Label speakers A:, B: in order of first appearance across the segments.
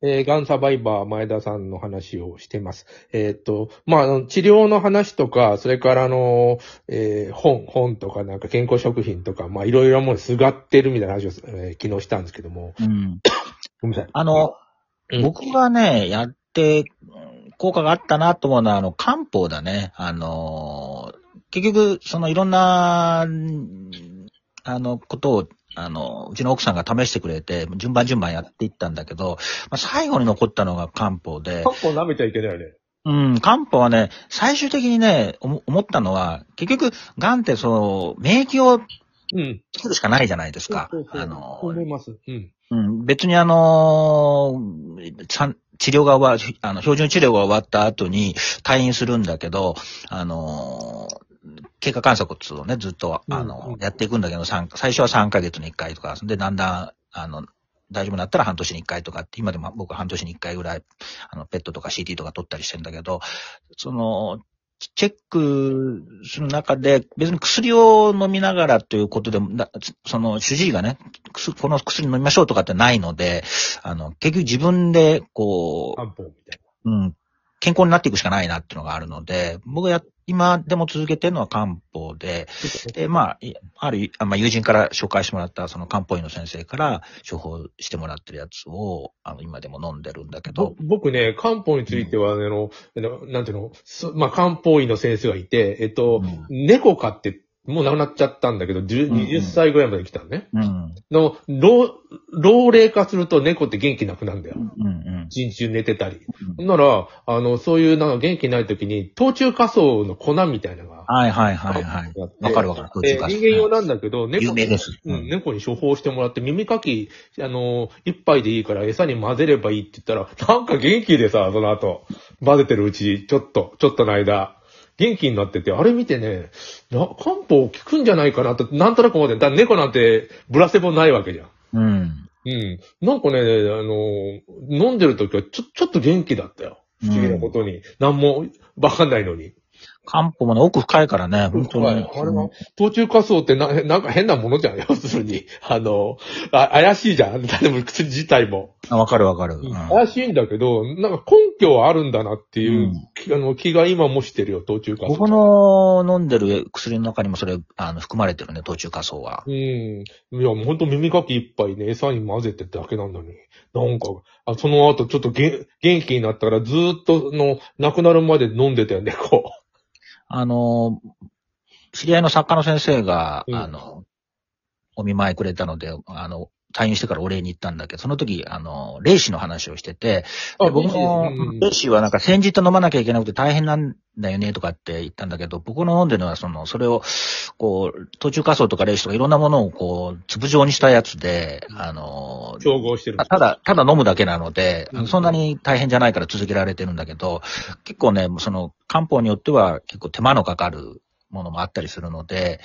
A: えーガンサバイバー前田さんの話をしてます。えーっと、まああの、治療の話とか、それからあの、えー本、本とかなんか健康食品とか、まあいろいろもうすがってるみたいな話を、えー昨日したんですけども。
B: うん。
A: ごめんなさい。
B: あの、
A: うん
B: 僕がね、やって、うん効果があったなと思うのは、あの、漢方だね。あのー、結局、そのいろんな、うんあの、ことを、あの、うちの奥さんが試してくれて、順番順番やっていったんだけど、まあ、最後に残ったのが漢方で、
A: パッポ舐めちゃいけないよね。
B: うん、漢方はね、最終的にね、おも思ったのは、結局、癌ってその、免疫を
A: うん。
B: 作るしかないじゃないですか
A: そう。そうそう
B: あの
A: 思います。うん。
B: うん、別にあのーちゃん治療が終わ、あの、標準治療が終わった後に退院するんだけど、あのー経過観察をね、ずっと、あ
A: うん
B: の
A: う、ん
B: やっていくんだけど、さん最初は3ヶ月に1回とか、で、だんだん、あの、大丈夫になったら半年に1回とかって、今でも僕は半年に1回ぐらい、あの、ペットとか CT とか取ったりしてんだけど、その、チェックする中で、別に薬を飲みながらということでも、だその主治医がね、薬この薬飲みましょうとかってないので、あの、結局自分で、こう、
A: 漢方みたい
B: うん、健康になっていくしかないなっていうのがあるので、僕がや、今でも続けてるのは漢方で、で、まあ、いある、あまあ、友人から紹介してもらった、その漢方医の先生から処方してもらってるやつを、あの、今でも飲んでるんだけ
A: な
B: ど。、
A: 僕ね、漢方については、あの、あのなんていうの、そまあ、漢方医の先生がいて、えっと、
B: う
A: 猫飼って、もう亡くなっちゃったんだけど、10
B: うんうん
A: 20歳ぐらいまで来たのね。
B: うん。
A: の、老、老齢化すると猫って元気なくなるんだよ。
B: うん。うん。
A: 一日中寝てたり。
B: う
A: なら、あの、そういうなんか元気ない時に、頭中仮想の粉みたいなのが。
B: はいはいはいはい。
A: あって
B: わかるわかる
A: えー
B: 頭
A: 人
B: 中火
A: 間
B: 葬
A: 用なんだけど、猫
B: 有名です。
A: う
B: うん
A: ん、猫に処方してもらって、耳かき、あの、一杯でいいから餌に混ぜればいいって言ったら、なんか元気でさ、その後、混ぜてるうち、ちょっと、ちょっとの間、元気になってて、あれ見てね、な漢方効くんじゃないかなって、なんとなく思って、だ猫なんてブラセボないわけじゃん。
B: うん。
A: うん。なんかね、あの、飲んでる時はちょ、ちょっと元気だったよ。不思議なことに。なん、もわかんないのに。
B: 漢方もね、奥深いからね、本当に。
A: はい。あれは、途中仮想ってな、なんか変なものじゃん。 要するに。あの、あ怪しいじゃん。 でも薬自体も。
B: あわかるわかる。うん
A: 怪しいんだけど、なんか根拠はあるんだなっていう、
B: うん
A: 気あの気が今もしてるよ、途中仮想。
B: 僕の飲んでる薬の中にもそれ、あの、含まれてるね、途中仮想は。
A: うん。いや、もうほんと耳かき一杯ね、餌に混ぜてだけなのに。なんか、あその後ちょっとげ元気になったから、ずーっとの、亡くなるまで飲んでたよね、こう。
B: あの、知り合いの作家の先生が、
A: うん
B: あの、お見舞いくれたので、あの、退院してからお礼に行ったんだけど、その時、あの、霊視の話をしてて、で僕も
A: うん、
B: 霊視はなんか煎じて飲まなきゃいけなくて大変なんだよねとかって言ったんだけど、僕の飲んでるのはその、それを、こう、途中仮想とか霊視とかいろんなものをこう、粒状にしたやつで、あの、
A: 競合してる。
B: ただ、ただ飲むだけなので、あ
A: うん
B: のそんなに大変じゃないから続けられてるんだけど、結構ね、その漢方によっては結構手間のかかるものもあったりするので、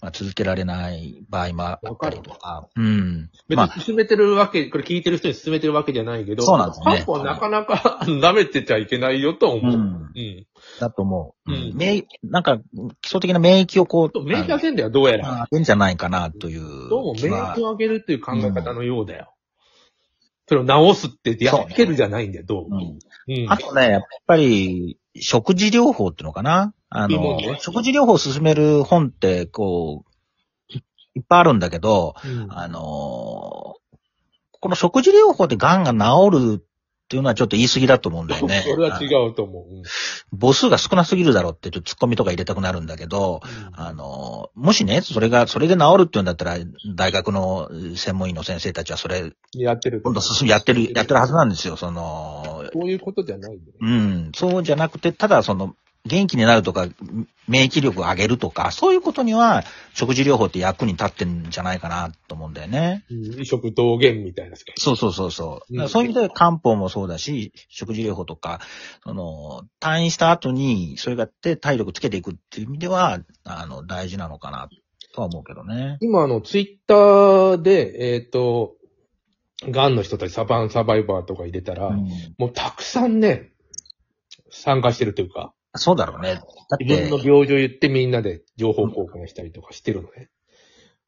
B: まあ、続けられない場合もあったりとか、うん。
A: 別
B: ま
A: に
B: あ、
A: 進めてるわけ、これ聞いてる人に進めてるわけじゃないけど、
B: そうなんですね
A: 漢方はなかなか 舐めてちゃいけないよとは
B: う
A: 思う。うん。
B: ん、だと思う。
A: うん
B: 免疫なんか、基礎的な免疫をこ
A: と
B: う、
A: 免疫
B: あ
A: 上
B: の
A: げんだよ、どうやら。
B: あるんじゃないかなという。
A: どうも免
B: 気は
A: 疫を上げるっていう考え方のようだよ。それを治すって言ってやっつけるじゃないんだよ、どう
B: う
A: も。
B: ん
A: うん
B: あとね、やっぱり、食事療法っていうのかなあ
A: いいも
B: の、
A: んね
B: 食事療法を進める本って、こう、いいっぱいあるんだけど、
A: うん
B: あの、この食事療法で癌が治るっていうのはちょっと言い過ぎだと思うんだよね。
A: それは違
B: あの
A: うと思う。うん
B: 母数が少なすぎるだろうってちょっと突っ込みとか入れたくなるんだけど、あの、もしね、それが、それで治るっていうんだったら、大学の専門医の先生たちはそれ、
A: やってる。
B: どんどん進む、やってる、やってるはずなんですよ。その、
A: そういうことじゃないんだよね。
B: うん、そうじゃなくて、ただその、元気になるとか、免疫力を上げるとか、そういうことには、食事療法って役に立ってんじゃないかなと思うんだよね。
A: うん食道源みたいな。
B: そうそうそうそう。
A: うん
B: そういう意味で漢方もそうだし、食事療法とか、その、退院した後に、それがあって体力つけていくっていう意味では、あの、大事なのかな、とは思うけどね。
A: 今、あの、ツイッターで、えっと、癌の人たち、サバンサバイバーとか入れたら、
B: うん
A: もうたくさんね、参加してるというか、
B: そうだろうね。だっ
A: 自分
B: て
A: の、病状言ってみんなで情報交換したりとかしてるのね。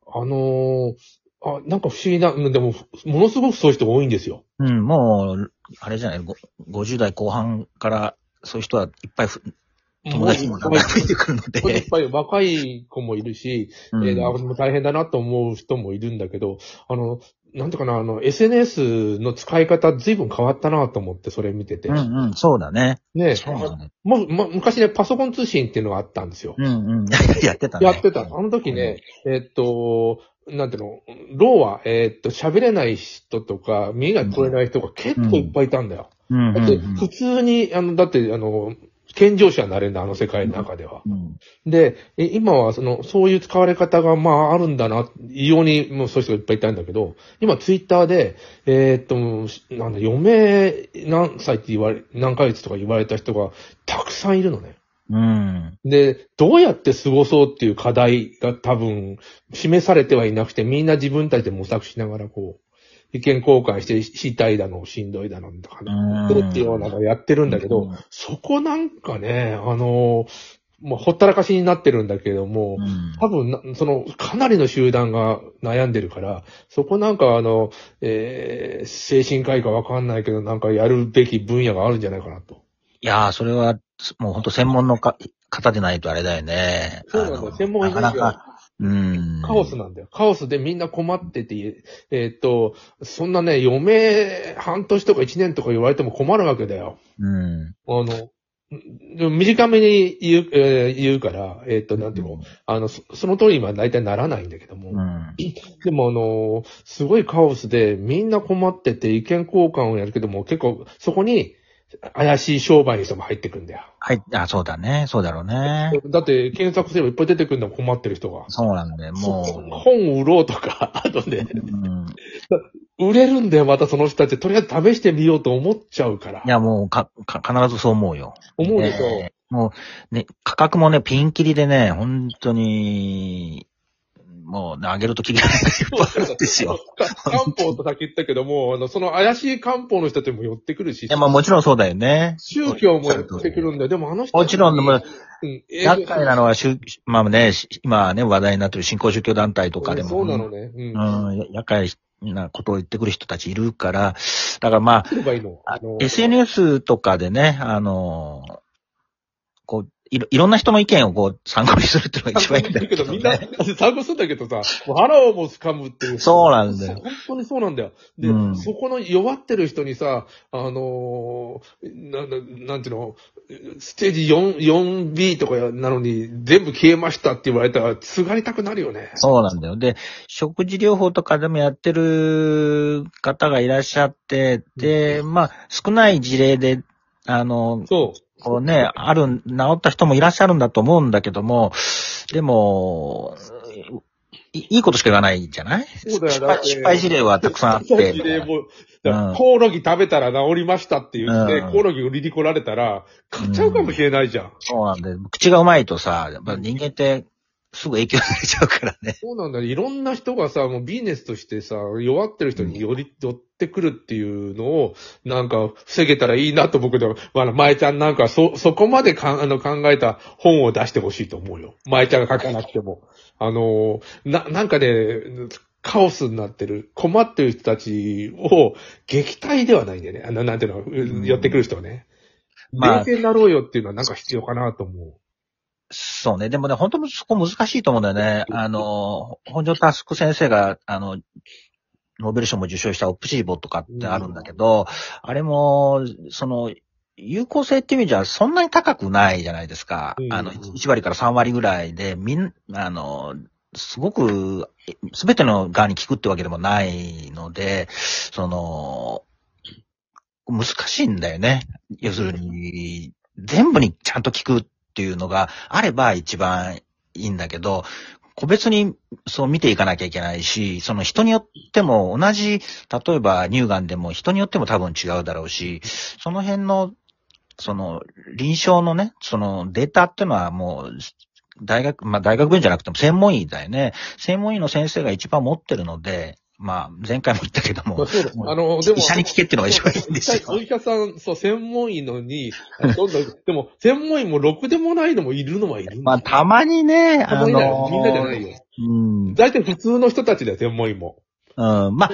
A: あのーあ、なんか不思議な、うんでも、ものすごくそういう人が多いんですよ。
B: うん、もう、あれじゃない、ご50代後半から、そういう人はいっぱいふ友達にもだんだん 増えてくるので
A: い、っぱい若い子もいるし、
B: うん
A: えーあもう大変だなと思う人もいるんだけど、あの、なんていうかな、あの、SNS の使い方随分変わったなと思って、それ見てて。
B: うんうん、そうだね。
A: ね
B: そうだね。
A: もう、ま、昔ね、パソコン通信っていうのがあったんですよ。
B: うんうん。やってたね。
A: やってた。あの時ね、えっと、なんていうの、ローは、えっと、喋れない人とか、耳が聞こえない人が結構いっぱいいたんだよ。
B: うん。うん
A: だ
B: う
A: っ
B: ん
A: て、普通に、あの、だって、あの、健常者になれるんだ、あの世界の中では。
B: うん。
A: で、え今は、その、そういう使われ方が、まあ、あるんだな、異様に、もうそういう人がいっぱいいたんだけど、今、ツイッターで、えーっと、なんだ、余命何歳って言われ、何ヶ月とか言われた人が、たくさんいるのね。
B: うん。
A: で、どうやって過ごそうっていう課題が多分、示されてはいなくて、みんな自分たちで模索しながら、こう、意見交換して、死体だの、しんどいだの、とかね、
B: うん
A: するっていうようなのをやってるんだけど、そこなんかね、あの、まあ、ほったらかしになってるんだけども、
B: うん
A: 多分な、その、かなりの集団が悩んでるから、そこなんかあの、えー精神科医かわかんないけど、なんかやるべき分野があるんじゃないかなと。
B: いやー、それは、もう本当専門のか方でないとあれだよね。
A: そうなんだ
B: あの
A: 専門医
B: なかなか、うん。
A: カオスなんだよ。カオスでみんな困ってて、えーっと、そんなね、余命半年とか一年とか言われても困るわけだよ。
B: うん。
A: あの、んでも短めに言う、えー言うから、えーっと、なんていうの、あの、そその通りには大体ならないんだけども。
B: うん。
A: でもあの、すごいカオスで、みんな困ってて意見交換をやるけども、結構そこに怪しい商売の人も入ってくんだよ。
B: はい、あ、そうだね。そうだろうね。
A: だって検索すればいっぱい出てくるんだもん困ってる人が。
B: そうなん だよ。も
A: 本を売ろうとか、あとね、
B: う、うん。
A: 売れるんだよ、またその人たち。とりあえず試してみようと思っちゃうから
B: い。や、もう、か、か、必ずそう思うよ。
A: 思うでしょ
B: ねもう、ね、価格もね、ピンキリでね、本当に、もう、ね、上げるとキリがないからいっぱいあるんですよ。
A: 漢方とさっき言ったけども、あの、その怪しい漢方の人たちも寄ってくるし
B: いや、、まあもちろんそうだよね。
A: 宗教も寄ってくるんだよ。でもあの人
B: もちろん、でも、
A: うん、英語
B: 厄介なのは、宗まあね、し今ね、話題になってる新興宗教団体とかでも。
A: そうなのね。うん。
B: うん、や厄介なことを言ってくる人たちいるから、だからまあ、
A: すればいいの。
B: あ
A: あの
B: SNS とかでね、あのーこう、いろ、いろんな人の意見をこう、参考にするっていうのが一番いいんだけど
A: みんな
B: ね。、
A: 参考するんだけどさ、腹をも掴むっていう。
B: そうなんだよ
A: 本当にそうなんだよ。で、
B: うん
A: そこの弱ってる人にさ、あのーな、な、なんていうの、ステージ4、4B とかなのに、全部消えましたって言われたら、すがりたくなるよね。
B: そうなんだよ。で、食事療法とかでもやってる方がいらっしゃって、で、まあ、少ない事例で、あの、
A: そう。
B: こうね、ある、治った人もいらっしゃるんだと思うんだけども、でも、いいいことしか言わないじゃない
A: そうだよ
B: 失
A: だっ
B: 敗
A: て
B: 失敗事例はたくさんあって。
A: 事例も
B: うん
A: コオロギ食べたら治りましたって言って、
B: うん
A: コオロギ売りに来られたら、買っちゃうかもしれないじゃん。
B: そうなんだよ。口がうまいとさ、やっぱ人間ってすぐ影響されちゃうからね。
A: そうなんだよ。いろんな人がさ、もうビジネスとしてさ、弱ってる人により、寄ってくるっていうのを、なんか、防げたらいいなと僕では、まあ、前ちゃんなんかは、そ、そこまでかんあの考えた本を出してほしいと思うよ。前ちゃんが書かなくても。あのー、な、なんかね、カオスになってる、困ってる人たちを、撃退ではないんだよね。あの、なんていうの、
B: ん
A: 寄ってくる人はね。
B: まあ
A: 冷静になろうよっていうのはなんか必要かなと思う。
B: そうね。でもね、本当にそこ難しいと思うんだよね。あの、本庄タスク先生が、あの、ノーベル賞も受賞したオプシーボとかってあるんだけど、あれも、その、有効性っていう意味じゃそんなに高くないじゃないですか。
A: うん
B: あの、1割から3割ぐらいで、みん、あの、すごく、すべての癌に効くってわけでもないので、その、難しいんだよね。要するに、全部にちゃんと効くっていうのがあれば一番いいんだけど、個別にそう見ていかなきゃいけないし、その人によっても同じ、例えば乳がんでも人によっても多分違うだろうし、その辺の、その臨床のね、そのデータっていうのはもう、大学、まあ大学病院じゃなくても専門医だよね。専門医の先生が一番持ってるので、まあ前回も言ったけど
A: まあ
B: も、
A: そうだあの、でも。
B: 医者に聞けっていうのが一番いいんですよ。
A: お医者さん、そう、専門医のに、どんどん、でも、専門医もろくでもないのもいるのはいるんだよ。
B: まあ、たまにね、
A: た
B: あ
A: まにだよ
B: のー、
A: みんなじゃないよ。
B: うん。
A: 大体普通の人たちだよ、専門医も。
B: うん、まあ、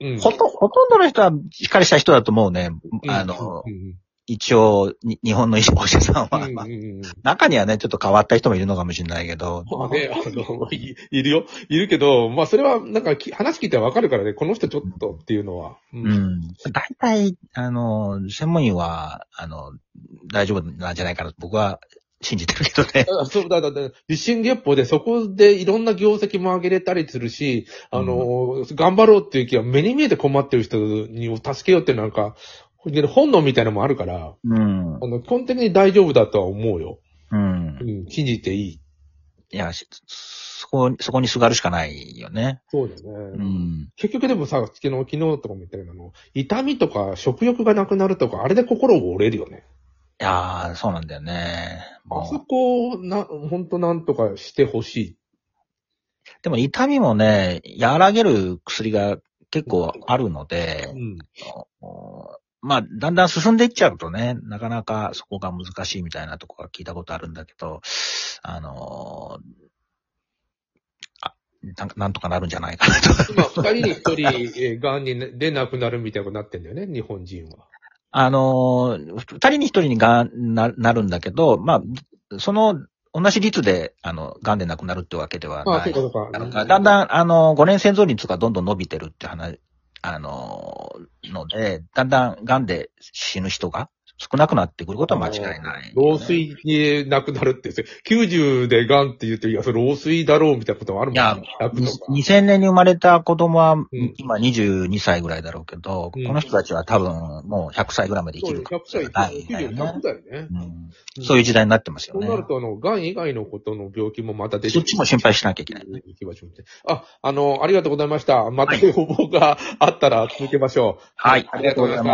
A: うん。
B: ほと、ほとんどの人は、しっかりした人だと思うね。あの
A: う、ん、
B: 一応、に日本の医師お医者さんは、まあ
A: うんうんうん
B: 中にはね、ちょっと変わった人もいるのかもしれないけど、
A: まあね、あの、いいるよ。いるけど、まあそれはなんかき話聞いてわかるからね、この人ちょっとっていうのは。う
B: う。ん。大体、あの、専門医は、あの、大丈夫なんじゃないかなと僕は信じてるけど ね。
A: あそうだ、だ、だ、立進月歩でそこでいろんな業績も上げれたりするし、あの、頑張ろうっていう気は目に見えて困ってる人に助けようってなんか、本能みたいなのもあるから、
B: うん。
A: あの、基本的に大丈夫だとは思うよ。
B: うん
A: う。ん、信じていい。
B: いや、しそこ、そこにすがるしかないよね。
A: そうだね。
B: うん。
A: 結局でもさ、昨日、昨日とかも言ったけど、あの、痛みとか食欲がなくなるとか、あれで心を折れるよね。
B: いやー、そうなんだよね。
A: あそ
B: も
A: こを、な、ほんとなんとかしてほしい。
B: うでも痛みもね、和らげる薬が結構あるので、
A: ん。
B: おまあ、だんだん進んでいっちゃうとね、なかなかそこが難しいみたいなとこが聞いたことあるんだけど、あのあなんかなんとかなるんじゃないかなと。
A: 今、二人に一人、えー、癌にねで亡くなるみたいなことになってんだよね、日本人は。
B: あのー二人に一人にがんななるんだけど、まあ、その、同じ率で、あの、癌で亡くなるってわけでは
A: あ
B: な
A: そう
B: い
A: か。そうか。
B: だからだんだん、あの、5年生存率がどんどん伸びてるって話、あの、ので、だんだん癌で死ぬ人が少なくなってくることは間違いない、
A: 老。衰に亡くなるって、それ90で癌って言って、いや、それ老衰だろうみたいなこともあるもん
B: いや
A: 100とか
B: 2000年に生まれた子供は、
A: ん
B: 今22歳ぐらいだろうけど、
A: うん
B: この人たちは多分もう100歳ぐらいまで生
A: そう
B: き
A: よ
B: る
A: 100
B: 性
A: 歳、
B: がないんだよ
A: 90、
B: ね
A: 100だよね。
B: うんそういう時代になってますよ
A: そう
B: ね
A: な。ると、あの、癌以外のことの病気もまた出て
B: そっちも心配しなきゃいけないね。
A: 行きましょうねあ、あの、ありがとうございました。また要望があったら続けましょう。
B: はい
A: ありがとうございます。